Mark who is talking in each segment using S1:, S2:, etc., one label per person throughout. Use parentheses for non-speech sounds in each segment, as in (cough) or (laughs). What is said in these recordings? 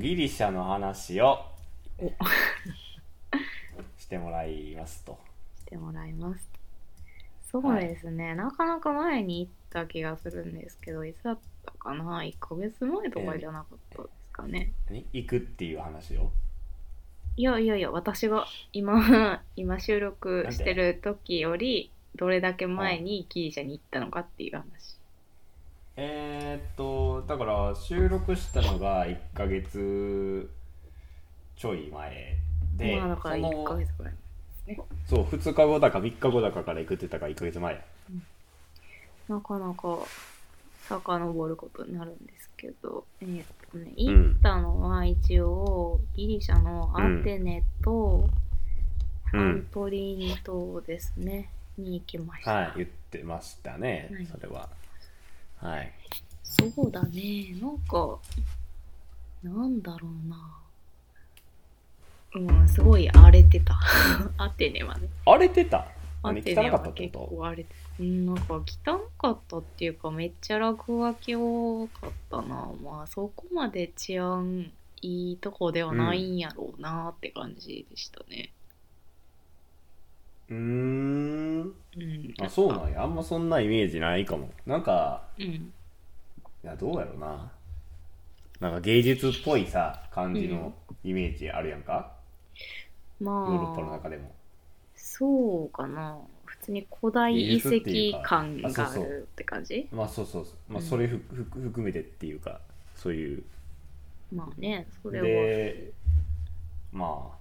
S1: ギリシャの話をしてもらいますと。
S2: してもらいます。そうですね、なかなか前に行った気がするんですけど、いつだったかな、1ヶ月前とかじゃなかったですかね。
S1: に行くっていう話を。
S2: いやいやいや、私が今、 (laughs) 今収録してる時より、どれだけ前にギリシャに行ったのかっていう話。
S1: えー、っとだから収録したのが1ヶ月ちょい前で、
S2: まあだから
S1: その
S2: 1ヶ月くらい。
S1: そう2日後だか3日後だかから行くって言ったから1ヶ月前や
S2: なかなか遡ることになるんですけど、えーっとね、
S1: ん
S2: 行ったのは一応ギリシャのアテネと
S1: う
S2: サ
S1: ん
S2: ントリーニ島ですね、に行きました、
S1: はい言ってましたね、
S2: はい
S1: それははい
S2: そうだねなんかなんだろうなうんすごい荒れてた (laughs) アテネはね
S1: 荒れてた
S2: ア
S1: 何
S2: テ
S1: 汚
S2: ネ
S1: か
S2: は
S1: ったって
S2: 結
S1: こ
S2: 構荒れてうんなんか汚かったっていうかめっちゃ落書き多かったなまあそこまで治安いいとこではないんやろうなって感じでしたね
S1: とうーん
S2: うん、
S1: あそう
S2: なんか
S1: なんやあんまそんなイメージないかもなんか
S2: うん
S1: いやどうやろうななんか芸術っぽいさ感じのイメージあるやんか、ヨーロッパの
S2: まあ
S1: 中でも
S2: そうかな普通に古代遺
S1: 芸術っていう
S2: 跡
S1: か
S2: 感
S1: あそう
S2: があ
S1: そう
S2: るって感じ
S1: まあそうそうそう、まあ、
S2: うん
S1: それふ、ふ含めてっていうかそういう
S2: まあねそれは
S1: でまあ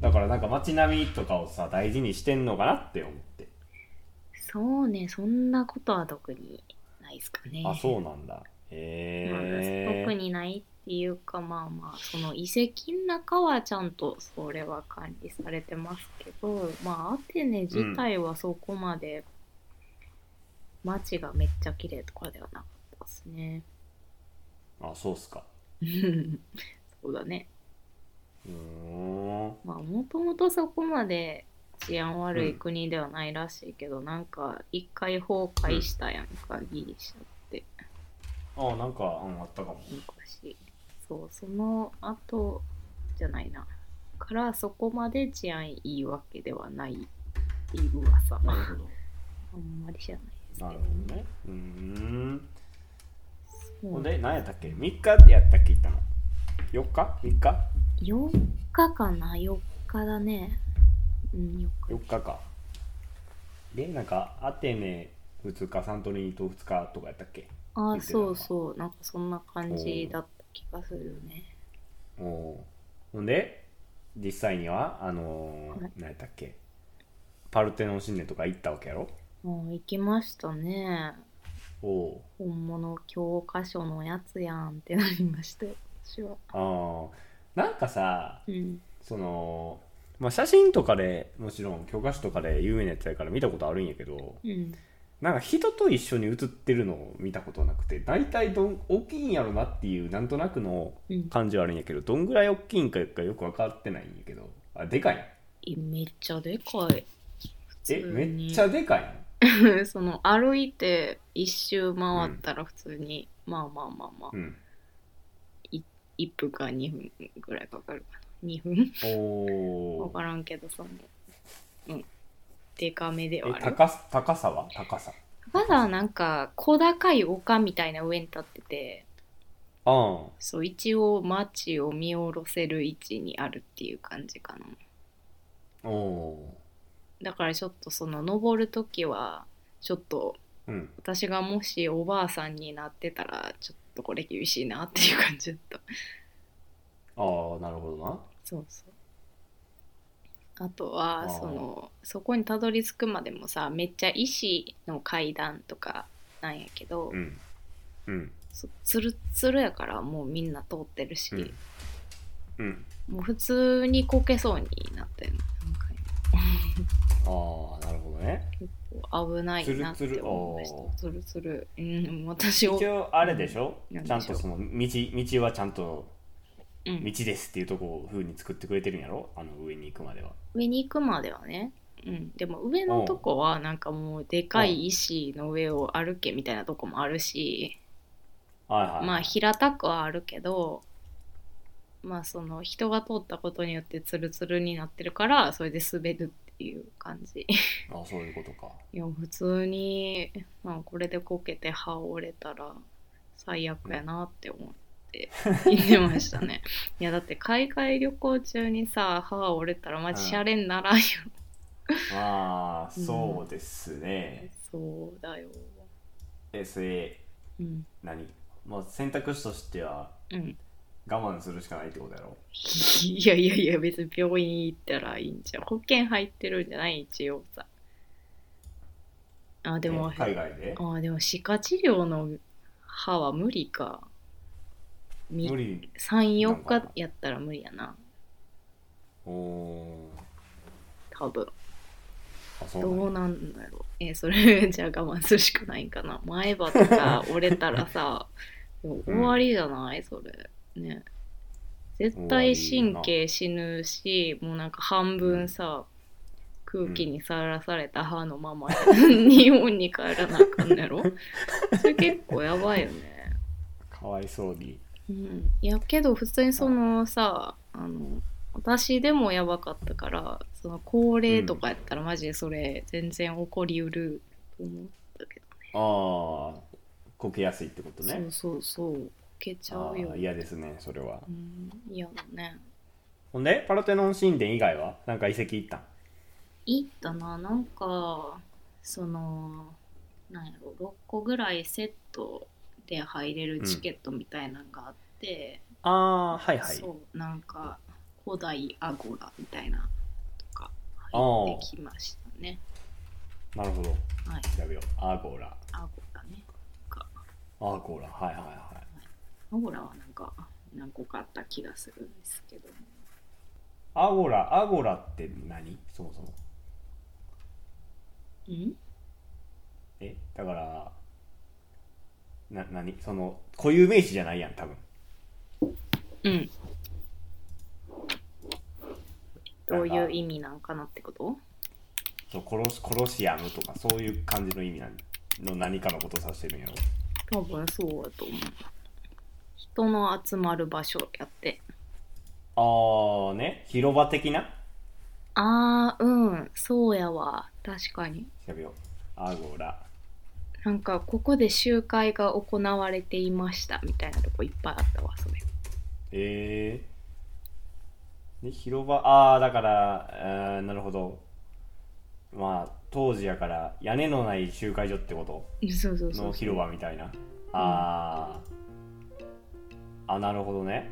S1: だからなんか街並みとかをさ大事にしてんのかなって思って、
S2: そうねそんなことは特にないですかね
S1: あそうなんだへ
S2: まあ
S1: え
S2: 特にないっていうかまあまあその遺跡の中はちゃんとそれは管理されてますけどまあアテネ自体はそこまで街がめっちゃ綺麗とかではなかったですね。 (laughs)
S1: あそうっすか
S2: そうだね。
S1: うーん
S2: まあもともとそこまで治安悪い国ではないらしいけど、なんか一回崩壊したやんか、ギリシャって。
S1: あなんか、うん、あったかも
S2: 昔そうその後じゃないなからそこまで治安いいわけではないっていう噂あん
S1: なるほど
S2: まり知らないです
S1: な
S2: ね
S1: るほどねうーん
S2: そ
S1: ほ
S2: うん
S1: で何やったっけ3日でやったっけ行ったの4日 ?3 日
S2: 4日かな4日だねうん4
S1: ?4 日かでなんかアテネ2日サントリーニ島2日とかやったっけ
S2: 日あ
S1: 見て
S2: あ
S1: たな
S2: そうそうなんかそんな感じだった気がするよね
S1: おおーほんで実際にはあのー
S2: はい
S1: 何やったっけパルテノン神殿とか行ったわけやろ
S2: もう行きましたね
S1: おお
S2: 本物教科書のやつやんってなりましたよ私は
S1: ああなんかさ
S2: うん
S1: その、まあ、写真とかでもちろん教科書とかで有名なやつやから見たことあるんやけど
S2: うん
S1: なんか人と一緒に写ってるのを見たことなくて大体どん大きいんやろなっていうなんとなくの
S2: うん
S1: 感じはあるんやけどどんぐらい大きいんかよく分かってないんやけどあでかいん
S2: えめっちゃでかい
S1: え
S2: 普通に
S1: めっちゃでかいん
S2: (laughs) その歩いて一周回ったら普通に、まあまあまあまあ、
S1: うん
S2: 1分か2分ぐらいかかるかな2分
S1: おお
S2: 分からんけどそのうんでかめではあ
S1: え
S2: る
S1: 高さ高さは高さ
S2: まだなんか小高い丘みたいな上に立ってて
S1: ああ
S2: そう一応街を見下ろせる位置にあるっていう感じかな
S1: おお
S2: だからちょっとその登る時はちょっと
S1: ーうん
S2: 私がもしおばあさんになってたらちょっとこれ厳しいなっていう感じだった
S1: ああなるほどな
S2: そうそうあとは
S1: あー
S2: そのそこにたどり着くまでもさめっちゃ石の階段とかなんやけど、
S1: うんうん
S2: そつるつるやからもうみんな通ってるし、
S1: うんうん
S2: もう普通にこけそうになってんのなんか
S1: ああなるほどね
S2: 結構危ないなって
S1: つるつる
S2: 思いましたつるつるうん私を
S1: 一応あれでしょ
S2: なんで
S1: ち
S2: し
S1: ゃ
S2: ょうん
S1: とその道道はちゃんと
S2: うん
S1: 道ですっていうとこを風に作ってくれてるんやろあの上に行くまでは
S2: 上に行くまではね、うん、でも上のとこはなんかもうでかい石の上を歩けみたいなとこもあるし、
S1: はいはい
S2: まあ平たくはあるけどまあその人が通ったことによってツルツルになってるからそれで滑るっていう感じ (laughs)
S1: あそういうことか
S2: いや普通に、まあ、これでこけて歯折れたら最悪やなって思って言ってましたねいやだって海外旅行中にさ歯折れたらマジシャレにならんよ、
S1: まあそうですね、
S2: そうだよ
S1: えそれ
S2: うん
S1: 何まあ選択肢としては
S2: うん
S1: 我慢するしかないってことやろ
S2: (laughs) いやいやいや別に病院行ったらいいんじゃん保険入ってるんじゃない一応さあでも
S1: え海外で
S2: あーでも歯科治療の歯は無理か
S1: 無理
S2: 34
S1: なん
S2: 日
S1: か
S2: やったら無理やな
S1: おお
S2: 多分
S1: ーあそうなん
S2: ど
S1: や
S2: うなんだろうえーそれじゃあ我慢するしかないんかな前歯とか折れたらさ (laughs) もう終わりじゃない、それね絶対神経死ぬしもうなんか半分さ、空気にさらされた歯のまま
S1: (laughs)
S2: 日本に帰らなあかんねやろそれ結構やばいよね
S1: かわいそうに
S2: うん、いやけど普通にそのさあの私でもやばかったからその高齢とかやったらマジでそれ全然起こりうると思ったけ
S1: ああこけやすいってこと
S2: ど、
S1: ね
S2: そうそうそう受けちゃ
S1: あ
S2: うよ
S1: ー嫌ですねそれは
S2: うん嫌だね
S1: ほんでパルテノン神殿以外はなんか遺跡行ったん
S2: いったななんかそのなんやろ6個ぐらいセットで入れるチケットみたいなのがあって、
S1: ああーはいはい
S2: そうなんか古代アゴラみたいなとか
S1: あ
S2: 入
S1: ー
S2: ってきましたね
S1: なるほど
S2: はい
S1: 調べようアゴラ
S2: アゴラね。
S1: アゴラはいはいはい
S2: アゴラはなんか何個かあった気がするんですけど。
S1: アゴラアゴラって何そもそも
S2: ん
S1: えだからな何その固有名詞じゃないやん多分
S2: うん。
S1: な
S2: どう
S1: いん
S2: う
S1: か
S2: 意味なんかなってこと
S1: そう殺し殺しやむとかそういう感じの意味なんの何かのことを指してるんやろ
S2: 多分そうだと思う。人の集まる場所やって。
S1: ああね広場的な
S2: あー、うん、そうやわ。確かに。
S1: 調べようアゴラ
S2: なんか、ここで集会が行われていましたみたいなとこいっぱいあったわ、それ。
S1: えー、で広場ああだからあーなるほどまあ当時やから屋根のない集会所ってこ
S2: そうそう
S1: と
S2: そ
S1: の
S2: う。
S1: 広場みたいなあーあなるほどね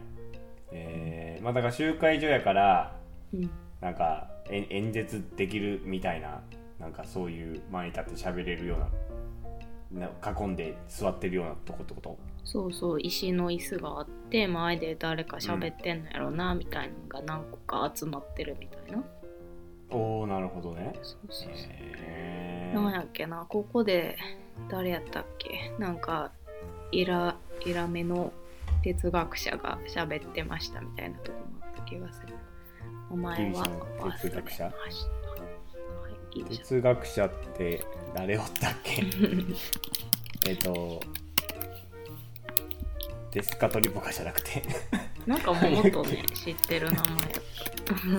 S1: えー、まあだから集会所やから
S2: うん。
S1: なんか演演説できるみたいななんかそういう前に立って喋れるようなな囲んで座ってるようなとこってこと
S2: そうそう石の椅子があって前で誰か喋ってんのやろな、みたいなのが何個か集まってるみたいな
S1: おおなるほどね
S2: そうそうそう、
S1: え
S2: なん
S1: ー、
S2: やっけなここで誰やったっけなんかイライラめの哲学者が喋ってましたみたいなとこもあった気がするお前
S1: ギ
S2: は
S1: リシャの哲学者
S2: 忘れましたはいギリシャ
S1: 哲学者って誰おったっ
S2: (laughs)
S1: けえっとデスカトリポカじゃなくて
S2: なんかもうもっとね知ってる名前や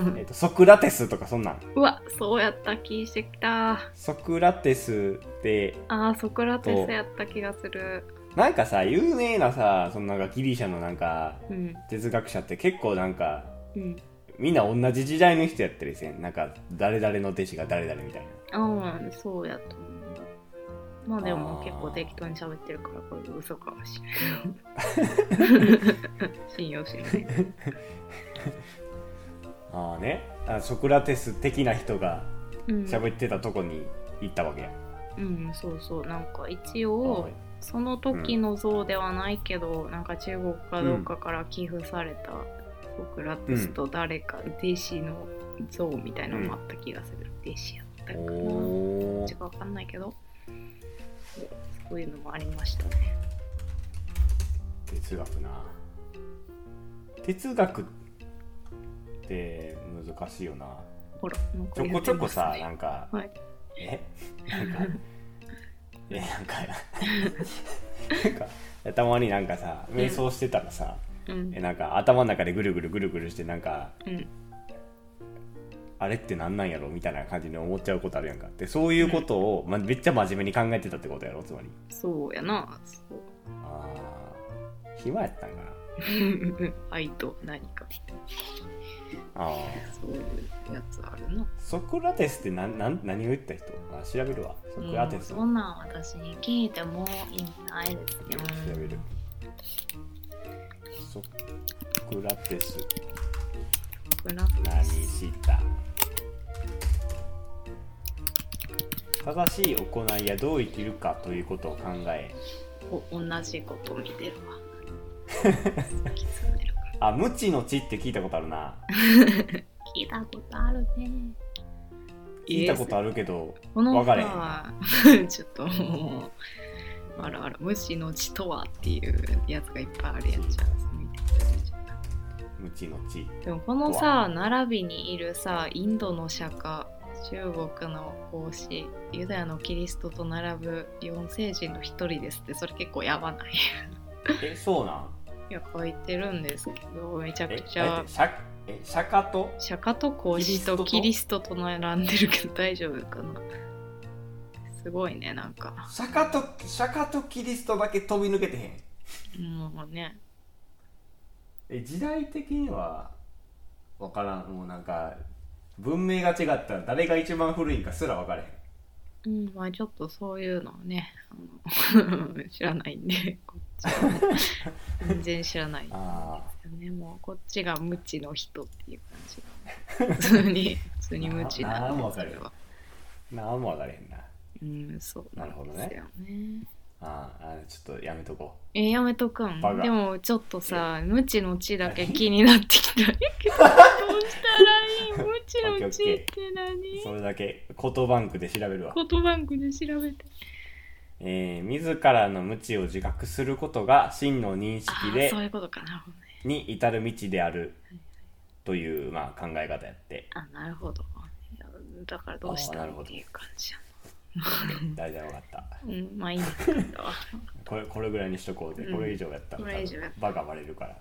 S1: (laughs)
S2: った
S1: えっとソクラテスとかそんなん
S2: うわそうやった気してきた
S1: ソクラテスって
S2: あーソクラテスやった気がする。
S1: なんかさ有名なさそのなんかギリシャのなんか
S2: うん。
S1: 哲学者って結構なんか
S2: うん。
S1: みんな同じ時代の人やったりせんなんか誰々の弟子が誰々みたいな
S2: うん、そうやと思う。まあで
S1: あ
S2: も
S1: ー
S2: 結構適当に喋ってるからこれ嘘かもしれない。信用しない。
S1: ああねあソクラテス的な人が
S2: うん、
S1: 喋ってたとこに行ったわけや、
S2: うん、そうそう。なんか一
S1: あ
S2: 応
S1: ー
S2: その時の像ではないけど、なんか中国かどうかから寄付されたソクラテスと誰か弟子の像みたいなのもあった気がする。弟子やったかな。
S1: お
S2: ち
S1: ー
S2: かわかんないけどそうそういうのもありましたね
S1: 哲学な哲学って難しいよな
S2: ほらなん
S1: ち
S2: か
S1: ょ
S2: 言
S1: こ
S2: っ
S1: ち
S2: て
S1: ょこ
S2: ます
S1: さ、
S2: ね
S1: なんか、
S2: はい
S1: えなんか (laughs) えなんかなんかたまになんかさ瞑想してたらさ、
S2: うん
S1: えなんか頭の中でぐるぐるぐるぐるしてなんか
S2: うん
S1: あれってなんなんやろみたいな感じに思っちゃうことあるやんかでそういうことを、ま、めっちゃ真面目に考えてたってことやろつまり
S2: そうやなそう (laughs)
S1: ああ暇やったんかな
S2: 愛と何か
S1: ああ
S2: そういうやつあるな
S1: ソクラテスってなんなん何を言った人あ調べるわソクラテス、
S2: うんそんなん私に聞いても意味ないです
S1: 調
S2: ね
S1: べるソクラテス
S2: 少なく
S1: 何した正しい行いやどう生きるかということを考え
S2: お同じこと見てるわ好きすぎる
S1: あ無知の知って聞いたことあるな
S2: 聞いたことあるね
S1: 聞いたことあるけど
S2: この
S1: 分かれへ
S2: さ (laughs) ちょっともうあらあら無視の血とはっていうやつがいっぱいあるやんじゃん
S1: 無知の知
S2: でもこのさ並びにいるさインドの釈迦中国の孔子ユダヤのキリストと並ぶ四聖人の一人ですってそれ結構やばない (laughs)
S1: えそうなん
S2: いや書いてるんですけどめちゃく
S1: え
S2: ち
S1: だっ
S2: ゃ
S1: て釈え釈迦と
S2: 釈迦と孔子とキ
S1: キ
S2: リ
S1: リ
S2: ストと並んでるけど大丈夫かなすごいねなんか
S1: 釈迦と釈迦とキリストだけ飛び抜けてへん
S2: もうね
S1: え時代的には分からんもうなんか文明が違ったら誰が一番古いんかすら分かれへん
S2: うん、まあちょっとそういうのをね、あの (laughs) 知らないんで、こっちは全然知らないんで
S1: あ
S2: すよね。もうこっちが無知の人っていう
S1: (laughs)
S2: 感じ。普通に、普通に無知
S1: な
S2: な
S1: なんんも
S2: で
S1: わ
S2: す
S1: かる
S2: けど。
S1: なんも分かれへんな
S2: うん、そうなんですよね。
S1: あーあーちょっとやめとこ
S2: えやめとくん
S1: バカ
S2: でもちょっとさ無知の知だけ気になって
S1: (laughs)
S2: きたどうしたらいい無知
S1: オッケー
S2: の
S1: オッ
S2: 知
S1: ケ
S2: っ
S1: ー
S2: て
S1: うそれ
S2: 何
S1: だけ言バンクで調べるわ、
S2: 言葉んくで調べて
S1: えー、自らの無知を自覚することが真の認
S2: あ
S1: 識
S2: あ
S1: で
S2: そういうことかな
S1: に至る道であるという、まあ、考え方やって
S2: あ、なるほど。いやだからどうし
S1: あな
S2: たの
S1: るほ
S2: っ
S1: ど
S2: ていう感じや
S1: 大体分かった
S2: な。うん、まあいいんだけど。
S1: これこれぐらいにしとこうぜ
S2: うん
S1: これ以上やったら、
S2: これ以上やった
S1: バカバレるから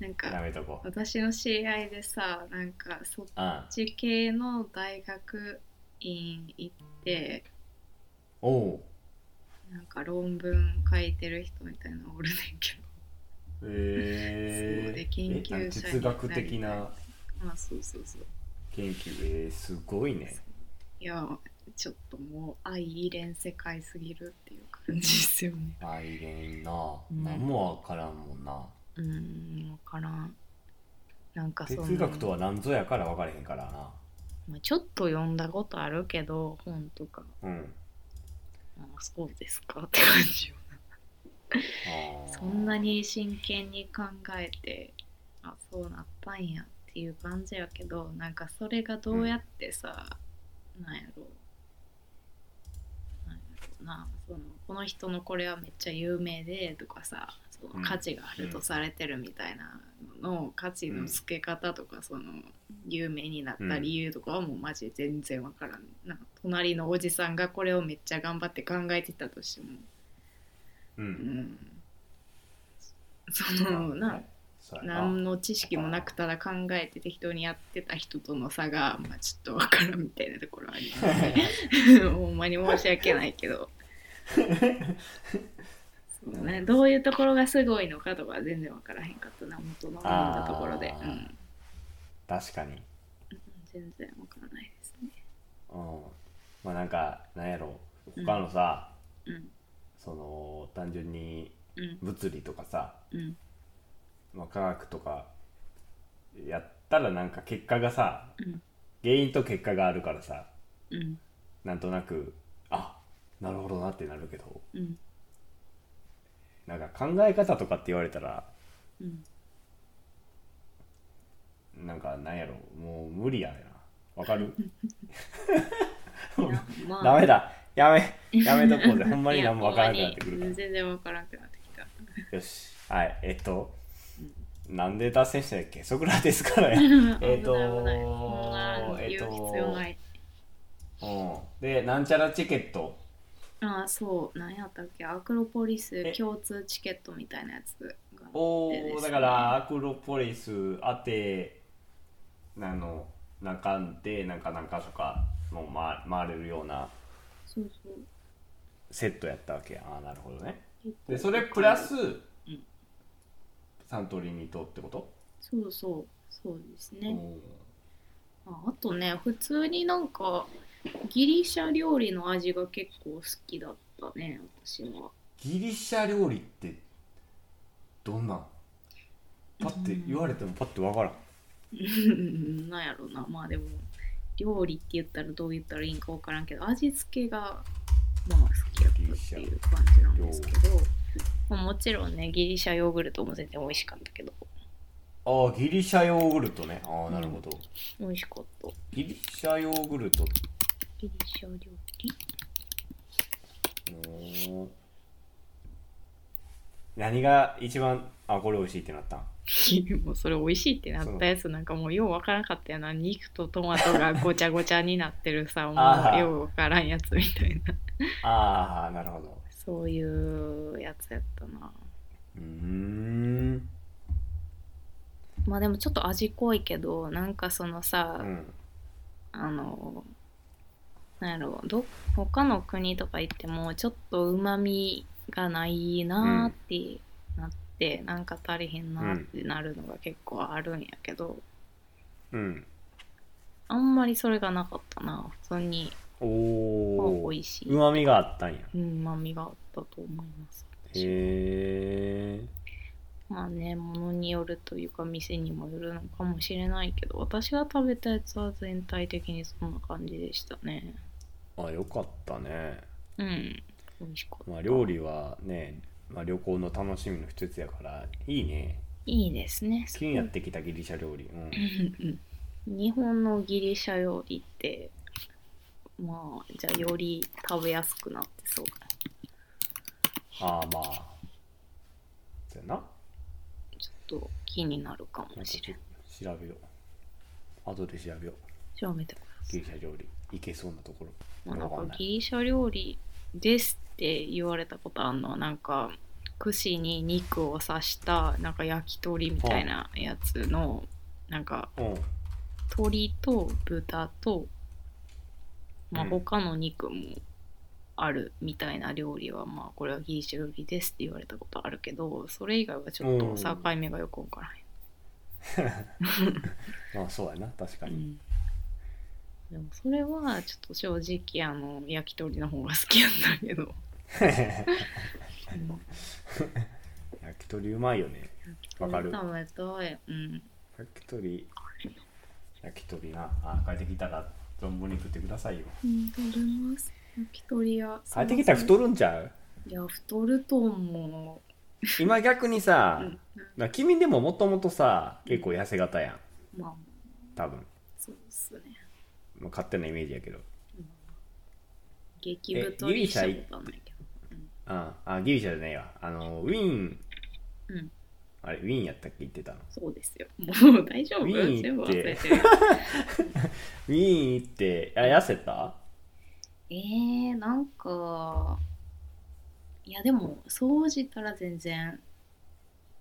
S2: なん
S1: や
S2: か、
S1: めとこう
S2: 私の知り合いでさ、なんかそっ
S1: あ
S2: ち系の大学院行って、
S1: おお
S2: なんか論文書いてる人みたいなのおるねんけ
S1: え
S2: そう
S1: ー、
S2: で研究者
S1: えなんか哲学的な
S2: ど。ま (laughs) あそうそうそう。
S1: 研究えー、すごいね
S2: いや、ちょっともう愛入れん世界すぎるっていう感じですよね。
S1: あいれんな、
S2: うん
S1: 何も分からんもんな
S2: うん、わからん。なんかその
S1: 哲学とは何ぞやから分かれへんからな
S2: まあ、ちょっと読んだことあるけど本とか
S1: うん
S2: あそうですかって感じよ
S1: あー
S2: そんなに真剣に考えてあそうなったんやっていう感じやけどなんかそれがどうやってさ、なんやろなんやろなそのこの人のこれはめっちゃ有名でとかさそ
S1: うん
S2: の価値があるとされてるみたいなのの価値の付け方とか、その有名になった理由とかはもうマジで全然わからんなんか隣のおじさんがこれをめっちゃ頑張って考えてたとしても
S1: う
S2: うんんその (laughs) な
S1: そうやな
S2: 何の知識もなくただ考えて適当にやってた人との差が、まあ、ちょっと分からんみたいなところはありますねほんまに申し訳ないけどそう、ね、どういうところがすごいのかとか全然分からへんかったな元の読んだところで
S1: あ、
S2: う
S1: ー
S2: ん、
S1: 確かに
S2: 全然分からないですね
S1: うんまあなんかなんやろ他のさ、
S2: うん
S1: その単純に
S2: うん
S1: 物理とかさ、
S2: うん
S1: まあ、科学とかやったらなんか結果がさ
S2: うん
S1: 原因と結果があるからさ
S2: うん
S1: なんとなくあなるほどなってなるけど
S2: うん
S1: なんか考え方とかって言われたら
S2: うん
S1: なんかなんやろもう無理やなわかる
S2: いやま
S1: ダメだや
S2: (laughs)
S1: めやめとこうぜほんまに何もわからなく
S2: いや
S1: なってくる
S2: ほ
S1: か
S2: んまに全然分からなくなってきた
S1: らよしはいえっとなんで脱線したんやっけソクラテスからや
S2: (laughs)
S1: えっと
S2: 危ない危ないそんなん言う必要ない。
S1: うんでなんちゃらチケット
S2: ああ、そう、なんやったっけ、アクロポリス
S1: え
S2: 共通チケットみたいなやつ感じ
S1: お
S2: でで
S1: ー
S2: すね
S1: だからアクロポリスアテナの中でなんか何か所かもう回れるような
S2: そうそう
S1: セットやったわけああなるほどね
S2: 結構
S1: でそれプラス
S2: ん
S1: サントリーニ島ってこと、
S2: そうそうそうですね、
S1: おー
S2: ああとね普通になんかギリシャ料理の味が結構好きだったね私は
S1: ギリシャ料理ってどんなんパッて言われてもパッて分からん、
S2: うんなんやろなまあでも料理って言ったらどう言ったらいいんか分からんけど味付けがまあ好きやったっていう感じなんですけど、まあ、もちろんねギリシャヨーグルトも全然美味しかったけど
S1: ああギリシャヨーグルトねああなるほど、
S2: 美味しかった
S1: ギリシャヨーグルト
S2: ギリシャ料理
S1: おー何が一番あこれ美味しいってなったん
S2: (laughs) もうそれ美味しいってなったやつなんかもうようわからんかったよな肉とトマトがごちゃごちゃになってるさ
S1: あ
S2: も
S1: ー
S2: うようわからんやつみたいな
S1: ああなるほど
S2: そういうやつやったな
S1: うーん
S2: まあでもちょっと味濃いけどなんかそのさ、
S1: うん
S2: あのなんやろど他の国とか行ってもちょっとうまみがないなーってなって、なんか足りへんなーってなるのが結構あるんやけど、
S1: うん
S2: あんまりそれがなかったな普通に
S1: お
S2: 美
S1: お
S2: 味しい。
S1: うまみがあったんや
S2: うん、まあ身があったと思います。
S1: へえ
S2: まあね、ものによるというか、店にもよるのかもしれないけど、私が食べたやつは全体的にそんな感じでしたね。
S1: あよかったね
S2: うん、美味しかった。
S1: まあ料理はね、まあ、旅行の楽しみの一つやからいいね
S2: いいですね。
S1: 気になってきたギリシャ料理うん
S2: うんうん日本のギリシャ料理って、まあ、じゃあより食べやすくなってそう。
S1: ああまあそうやな
S2: ちょっと気になるか
S1: な
S2: も
S1: んか
S2: し
S1: ち
S2: れ
S1: ょ
S2: ない。
S1: 調べよう後で調べよう
S2: 調べてくださ
S1: ギ
S2: い。
S1: リシャ料理いけそうなところ
S2: まあ、な
S1: わかんな
S2: んか
S1: い
S2: ギリシャ料理ですって言われたことあんのなんか串に肉を刺したなんか焼き鳥みたいなやつのなんか
S1: うん
S2: 鶏と豚と、まあ、
S1: うん
S2: 他の肉もあるみたいな料理は、まあこれはギリシャ料理ですって言われたことあるけどそれ以外はちょっ
S1: う
S2: と
S1: ん
S2: 境目がよくわからへん
S1: まあそうやな確か
S2: う
S1: に、
S2: んでもそれはちょっと正直あの焼き鳥の方が好きなんだけど、うん
S1: 焼き鳥うまいよね (laughs) わかる
S2: 食べたい。うん。
S1: 焼き鳥焼き鳥なあ帰ってきたら存分に食ってくださいよ
S2: うん、食べます。焼き鳥屋。
S1: 帰ってきたら太るんちゃう
S2: いや、太ると思
S1: 今逆にさ、
S2: うん
S1: まあ君でももともとさ結構痩せ型やん
S2: う。まあ、
S1: 多分、
S2: そうっすね。
S1: まあ、勝手なイメージやけど
S2: うん激太りしたことはないけ
S1: ああギリシャじゃないわあのウィーン
S2: ど。うん。
S1: あれウィーンやったっけ言ってたの
S2: そうですよ。もう大丈夫
S1: ウィーン行って
S2: 全部忘れてる。
S1: ウィーン行ってあ痩せた
S2: えー、なんか、いや、でも、そうじたら全然、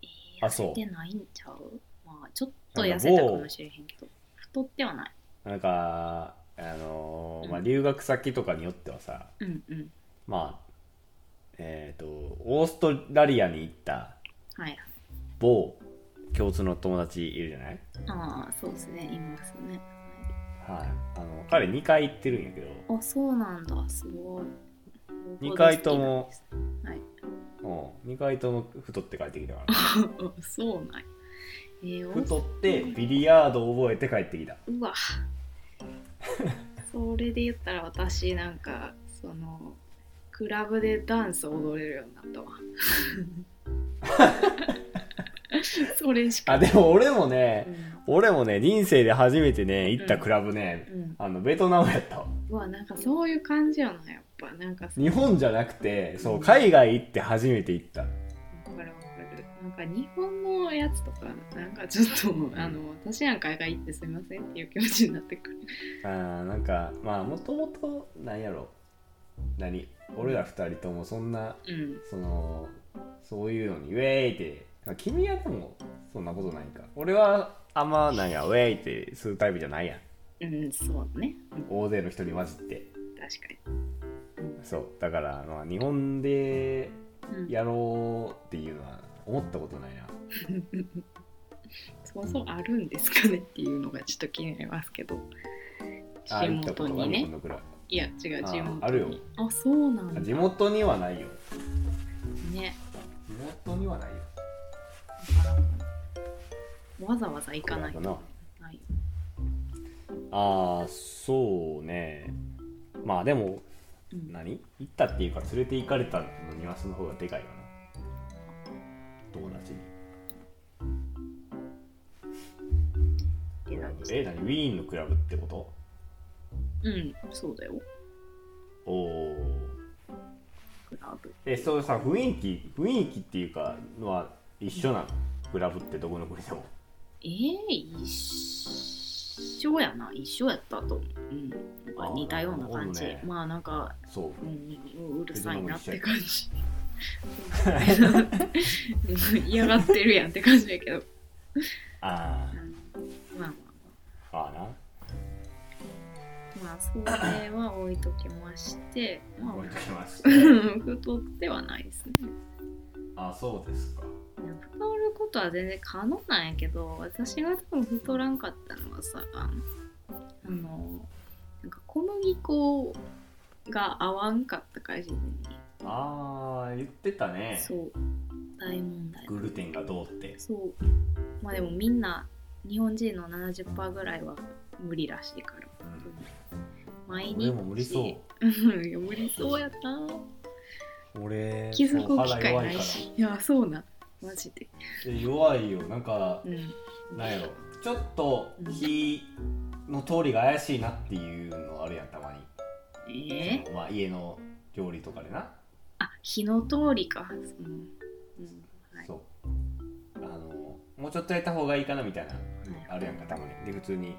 S2: えー、
S1: あ
S2: 痩
S1: そう
S2: せてないんちゃうまあ、ちょっと痩せたかもしれへんけど、太ってはない。
S1: なんかあのーまあ、
S2: うん
S1: 留学先とかによってはさ、
S2: うんうん。
S1: まあ、えっ、と、オーストラリアに行った
S2: はい。
S1: 某共通の友達いるじゃない
S2: ああ、そうですね、いますね。
S1: はい。あの、彼2回行ってるんやけど、
S2: あ、そうなんだ、すごい。
S1: 二回とも
S2: (laughs) はい。
S1: うん、2回とも太って帰ってきたから。
S2: (laughs) あそうなんや。えー、お
S1: 太ってビリヤードを覚えて帰ってきた。
S2: うわ。それで言ったら私なんか、その、クラブでダンス踊れるようになったわ。
S1: (laughs)
S2: それしか。
S1: あ、でも俺も
S2: う
S1: ね、
S2: ん
S1: 俺もね、人生で初めてね、行ったクラブね、
S2: うん、
S1: あの、ベトナムやったわ。
S2: うわなんかそういう感じやなやっぱなんかそう
S1: 日本じゃなくて、そう、海外行って初めて行った。
S2: わかるわかる。なんか日本のやつとか、なんかちょっと、あの、私なんか海外行ってすみませんっていう気持ちになってくる。
S1: あーなんかまあもともとなんやろ何俺ら二人ともそんな
S2: うん。
S1: そのそういうのにウェーイってあ君はでもそんなことないか俺はあんまなんやウェイってするタイプじゃないやん
S2: うん、そうね。うん
S1: 大勢の人に混じって
S2: 確
S1: そうだからまあ日本で
S2: かに。うん、
S1: やろうっていうのは思ったことないな
S2: そもそもあるんですかねっていうのがちょっと気になりますけど。
S1: あ
S2: 地
S1: 行ったこ
S2: 元
S1: とがあ
S2: に
S1: る
S2: ね
S1: 今。度くらい
S2: いや、違う、地元に。
S1: あるよ。
S2: あ、そうなん
S1: あ
S2: だ。
S1: 地元にはないよ
S2: ね。
S1: 地元にはないよ
S2: わざわざ行かないと
S1: な
S2: ない。
S1: ああそうねまあでも
S2: うん、
S1: 何行ったっていうか連れて行かれたのニュアンスの方がでかいよな友達に
S2: で何でした
S1: え何ウィーンのクラブってこと
S2: うん、そうだよ。
S1: おお
S2: クラブ。
S1: えそうさ雰囲気雰囲気っていうかのは一緒なのクラブってどこの国でも
S2: えー、一緒やな。一緒やったと思う。うん。なんか似たような感じ。
S1: あーなるほどね
S2: まあなんか、
S1: そう
S2: うん、ううるさいなって感
S1: (laughs)
S2: じ。 (laughs) うん嫌がってるやんって感じだけど。
S1: あ
S2: うんまあま
S1: あ
S2: あ
S1: ああな
S2: まあ、まあ、それは置いときまして、ま
S1: 置いと
S2: あ、
S1: きます
S2: (laughs) 太ってはないですね。
S1: あそうですか
S2: 太ることは全然可能なんやけど私が多分太らんかったのはさあのあのなんか小麦粉が合わんかったから自分に
S1: ああ言ってたね
S2: そう大問題
S1: グルテンがどうって
S2: そうまあでもみんな日本人の70%ぐらいは無理らしいから毎日
S1: 俺も無理そう
S2: (laughs) うんいや無理そうやった
S1: 俺
S2: 気づ
S1: そう
S2: く機
S1: 肌
S2: 会
S1: 弱
S2: ないい
S1: か
S2: しいやそうなんマジで
S1: らえ弱いよなんか
S2: うん
S1: なんやろちょっと火の通りが怪しいなっていうのあるやんたまに
S2: えー
S1: そのまあ、家の料理とかでな、
S2: あ火の通りかそのうんはい
S1: そうあのもうちょっとやった方がいいかなみたいなあるやんかたまにで普通に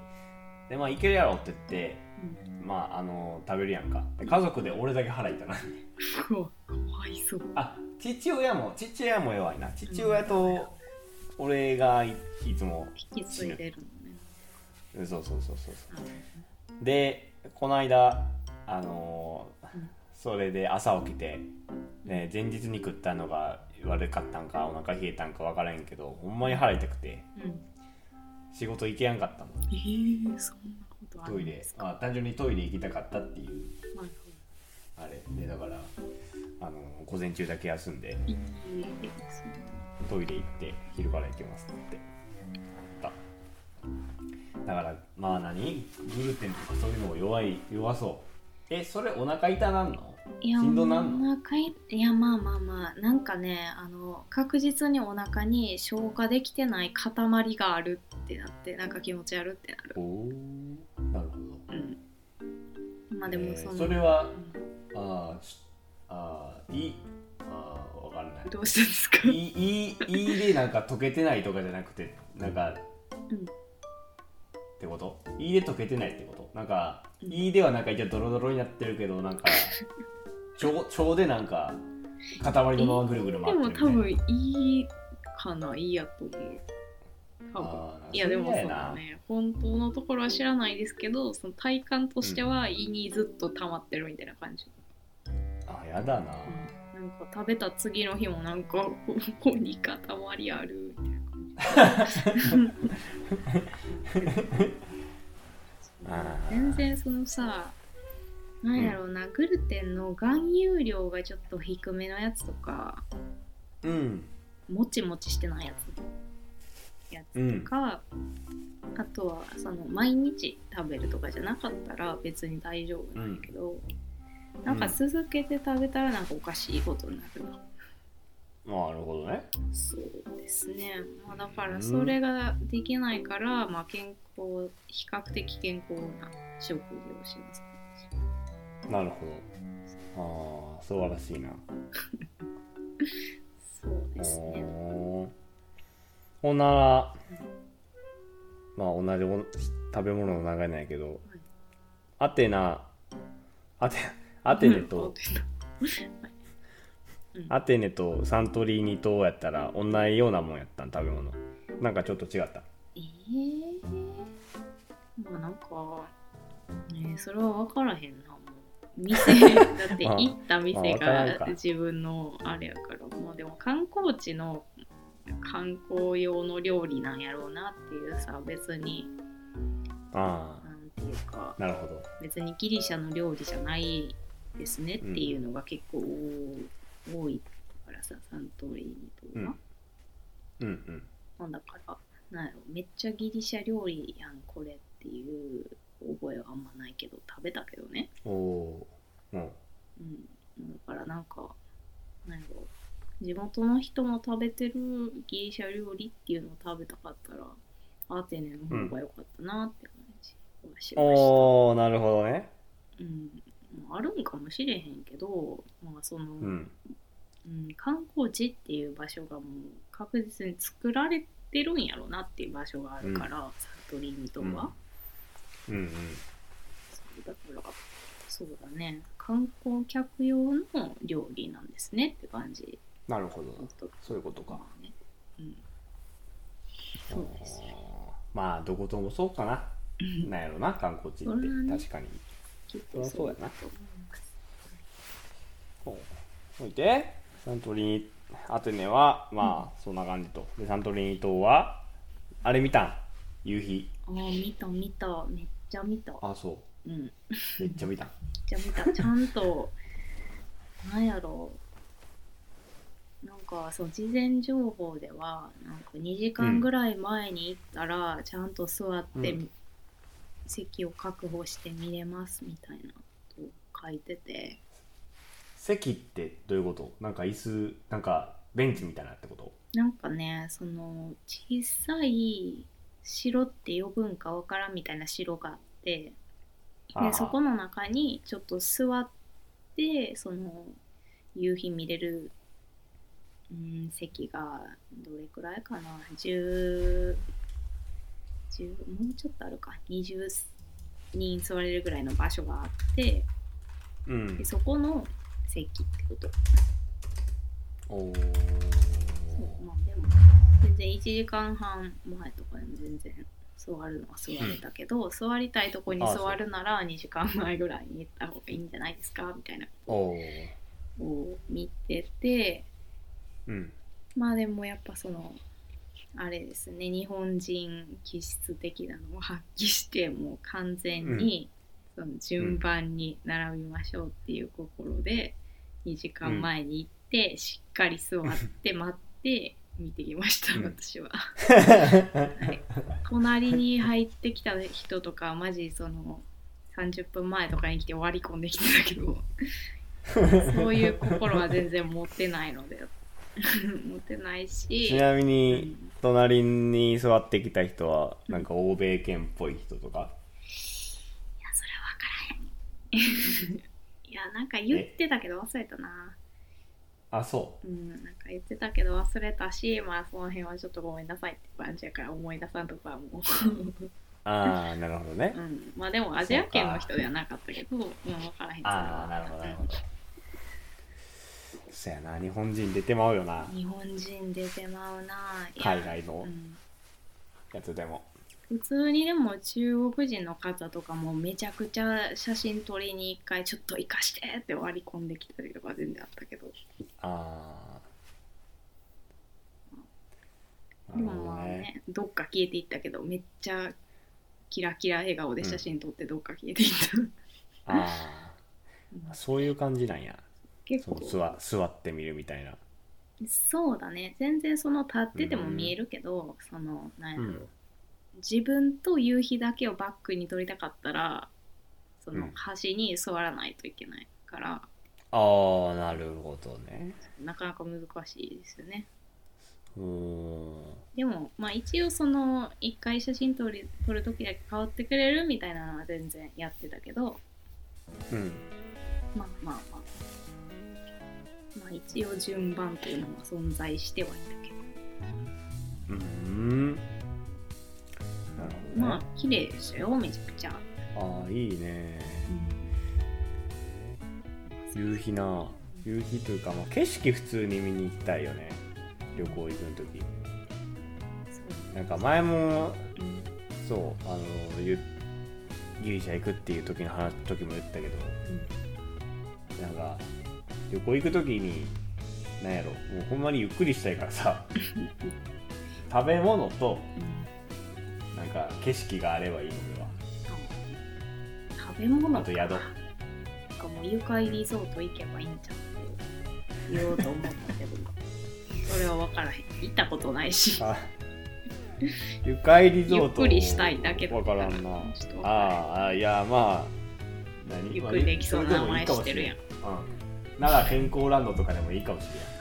S1: でまあいけるやろって言ってまああの食べるやんかで家族で俺だけ腹いたな
S2: うわかわいそう。
S1: あ父親も父親も弱いな父親と俺がいいつも
S2: 引き継いでるのね。
S1: うんそうそうそうそうそうでこの間あのー
S2: うん
S1: それで朝起きて、ね
S2: ね、
S1: 前日に食ったのが悪かったんかお腹冷えたんか分からへんけどほんまに腹痛くて
S2: うん。
S1: 仕事行けやんかったもん
S2: えー、そんなことあ
S1: ト
S2: る
S1: イ
S2: ん
S1: レ
S2: ですか。
S1: あ単純にトイレ行きたかったっていう
S2: まあ
S1: あれでだからあのー午前中だけ休んで
S2: いいですね
S1: トイレ行って昼から行けますって言っただからまあ何グルテンとかそういうのも弱い弱そうえそれお腹痛なんの
S2: いや、
S1: し
S2: お
S1: んどなんの
S2: 腹いいや、まあまあまあ、なんかね、あの、確実にお腹に消化できてない塊があるってなって、なんか気持ち悪ってなる。
S1: おおなるほど
S2: うん。まあで
S1: え
S2: も
S1: ー
S2: その、
S1: それは
S2: うん
S1: あーしあーいいあーわかんない
S2: どうしたんですか。
S1: いいいいいでなんか溶けてないとかじゃなくてなんか、
S2: うん
S1: ってこといいで溶けてないってことなんか、
S2: うん
S1: いいではなんか一応ドロドロになってるけどなんか腸腸でなんか塊のままぐるぐる
S2: で
S1: 回ってる
S2: も
S1: みた
S2: 多
S1: いな
S2: 分いいかな、いいやと思う。多分。
S1: あーなんか
S2: いやでも
S1: そ
S2: そ
S1: れ
S2: う
S1: 嫌やな
S2: だね本当のところは知らないですけどその体感としては胃にずっと溜まってるみたいな感じ、
S1: あやだな、
S2: なんか食べた次の日もなんかここに塊あるみたいな感
S1: あー
S2: じ全然そのさなんやろうな、グルテンの含有量がちょっと低めのやつとか
S1: うん
S2: もちもちしてないやつやつとか、あとはその毎日食べるとかじゃなかったら別に大丈夫なんやけど、なんか続けて食べたらなんかおかしいことになるな、
S1: まあなるほどね
S2: そうですね、まあ、だからそれができないから、まあ、健康比較的健康な食事をします
S1: なるほどああ素晴らしいな
S2: そうですね
S1: おーほんならまあ同じもの食べ物の流れなんやけど、アテナアテアテネと
S2: うんうん
S1: アテネとサントリーニ島やったら同じようなもんやったん食べ物なんかちょっと違った
S2: ええまあなんか、ね、それは分からへんなもう店
S1: (laughs)
S2: だって
S1: まあ
S2: 行った
S1: ま
S2: 店
S1: あ分からんか
S2: が自分のあれやからもうでも観光地の観光用の料理なんやろうなっていうさ別に
S1: あ
S2: なんていうか
S1: あなるほど
S2: 別にギリシャの料理じゃないですねっていうのが結構多多いからさサントリーニとか。
S1: うんうん
S2: なんだから、なんやろ、めっちゃギリシャ料理やん、これっていう覚えはあんまないけど、食べたけどね。
S1: おおーうん
S2: うん。だからなんか、なんやろ、地元の人の食べてるギリシャ料理っていうのを食べたかったら、アーテネの方が良かったなって感じはしまし
S1: おおなるほどね
S2: た。うん。まああるんかもしれへんけど、まあその、
S1: うん
S2: うん、観光地っていう場所がもう確実に作られてるんやろなっていう場所があるから、サントリーニ島は、
S1: うんうん
S2: そうだからそうだね観光客用の料理なんですねって感じ
S1: なるほど
S2: のと
S1: そういうことか
S2: まあねうん、そうですよ
S1: まあどこともそうかななんやろな観光地
S2: それは
S1: っ
S2: ね
S1: て確かに
S2: きっとそうだと思います
S1: ほうおいてサントリーニアテネはまあそんな感じとでサントリーニ島はあれ見たん夕日
S2: ああ見た見ためっちゃ見た
S1: あそ
S2: うんめっ
S1: うめっちゃ見たん
S2: ちゃ見たちゃんとなんやろうなんかそう事前情報ではなんか2時間ぐらい前に行ったら、ちゃんと座って、
S1: うん
S2: 席を確保して見れますみたいなことを書いてて
S1: 席ってどういうことなんか椅子なんかベンチみたいなってこと
S2: なんかねその小さい城って呼ぶんかわからんみたいな城があって
S1: あ
S2: で
S1: あ
S2: そこの中にちょっと座ってその夕日見れる、うん、席がどれくらいかな10 10もうちょっとあるか20人座れるぐらいの場所があって
S1: うん
S2: でそこの席ってこと
S1: おお
S2: そうまあでも全然1時間半前とかでも全然座るのは座れたけど、座りたいとこに
S1: ああ
S2: 座るなら2時間前ぐらいに行った方がいいんじゃないですかみたいな
S1: おおー
S2: ことを見てて
S1: うん
S2: まあでもやっぱそのあれですね日本人気質的なのを発揮してもう完全にその順番に並びましょうっていう心で2時間前に行ってしっかり座って待って見てきました、
S1: うん
S2: 私
S1: (laughs)
S2: は。隣に入ってきた人とかマジその30分前とかに来て割り込んできてたけどそういう心は全然持ってないので (laughs) 持ってない
S1: ち
S2: し
S1: なみ
S2: う
S1: に
S2: ん
S1: 隣に座ってきた人はなんか欧米圏っぽい人とか
S2: いやそれは分からへんいやなんか言ってたけど忘れたな
S1: あそ
S2: うんなんか言ってたけど忘れたしまあその辺はちょっとごめんなさいって感じやから思い出さんとかはもう
S1: うああなるほどね
S2: うん、まあでもアジア圏の人ではなかったけど、うん、分からへんそれは
S1: ああなるほどなるほどそやな日本人出てまうよな
S2: 日本人出てまうな
S1: 海外の
S2: うん
S1: やつでも
S2: 普通にでも中国人の方とかもめちゃくちゃ写真撮りに一回ちょっと生かしてって割り込んできたりとか全然あったけど
S1: ああ
S2: で
S1: なる
S2: も
S1: ほど
S2: まあ
S1: ね
S2: ねどっか消えていったけどめっちゃキラキラ笑顔で写真撮ってどっか消えていった、
S1: ああそういう感じなんや
S2: 結
S1: その
S2: 構
S1: 座座ってみるみたいな
S2: そうだね全然その立ってても見えるけど、そのなんやろ、
S1: うん
S2: 自分と夕日だけをバックに撮りたかったらそうの
S1: ん
S2: 端に座らないといけないから、
S1: ああなるほどね
S2: なかなか難しいですよね
S1: うーん
S2: でもまあ一応その一回写真撮り撮る時だけ変わってくれるみたいなのは全然やってたけど
S1: うん
S2: まあまあまあまあ一応順番というのは存在してはいたけど
S1: うんなるほどね、
S2: まあ綺麗でしたよめちゃくちゃ、
S1: ああいいね夕日な夕日というか、まあ、景色普通に見に行きたいよね旅行行くの時なんか前もそうあのゆギリシャ行くっていう時の話時も言ったけどなんか旅行行く時になんやろもうほんまにゆっくりしたいからさ食べ物となんか景色があればいいのでは
S2: 食べ物
S1: あと宿
S2: なんかもう誘拐リゾート行けばいいんじゃんって言おうと思ったけどそれは分からへん行ったことないし
S1: あゆかいリゾート
S2: ゆっくりしたいだけだ
S1: わ
S2: った
S1: かららんな
S2: ちょっとわからん
S1: ああいやまあ何
S2: ゆっくりできそうな名前してるやん
S1: うん、なら健康ランドとかでもいいかもしれない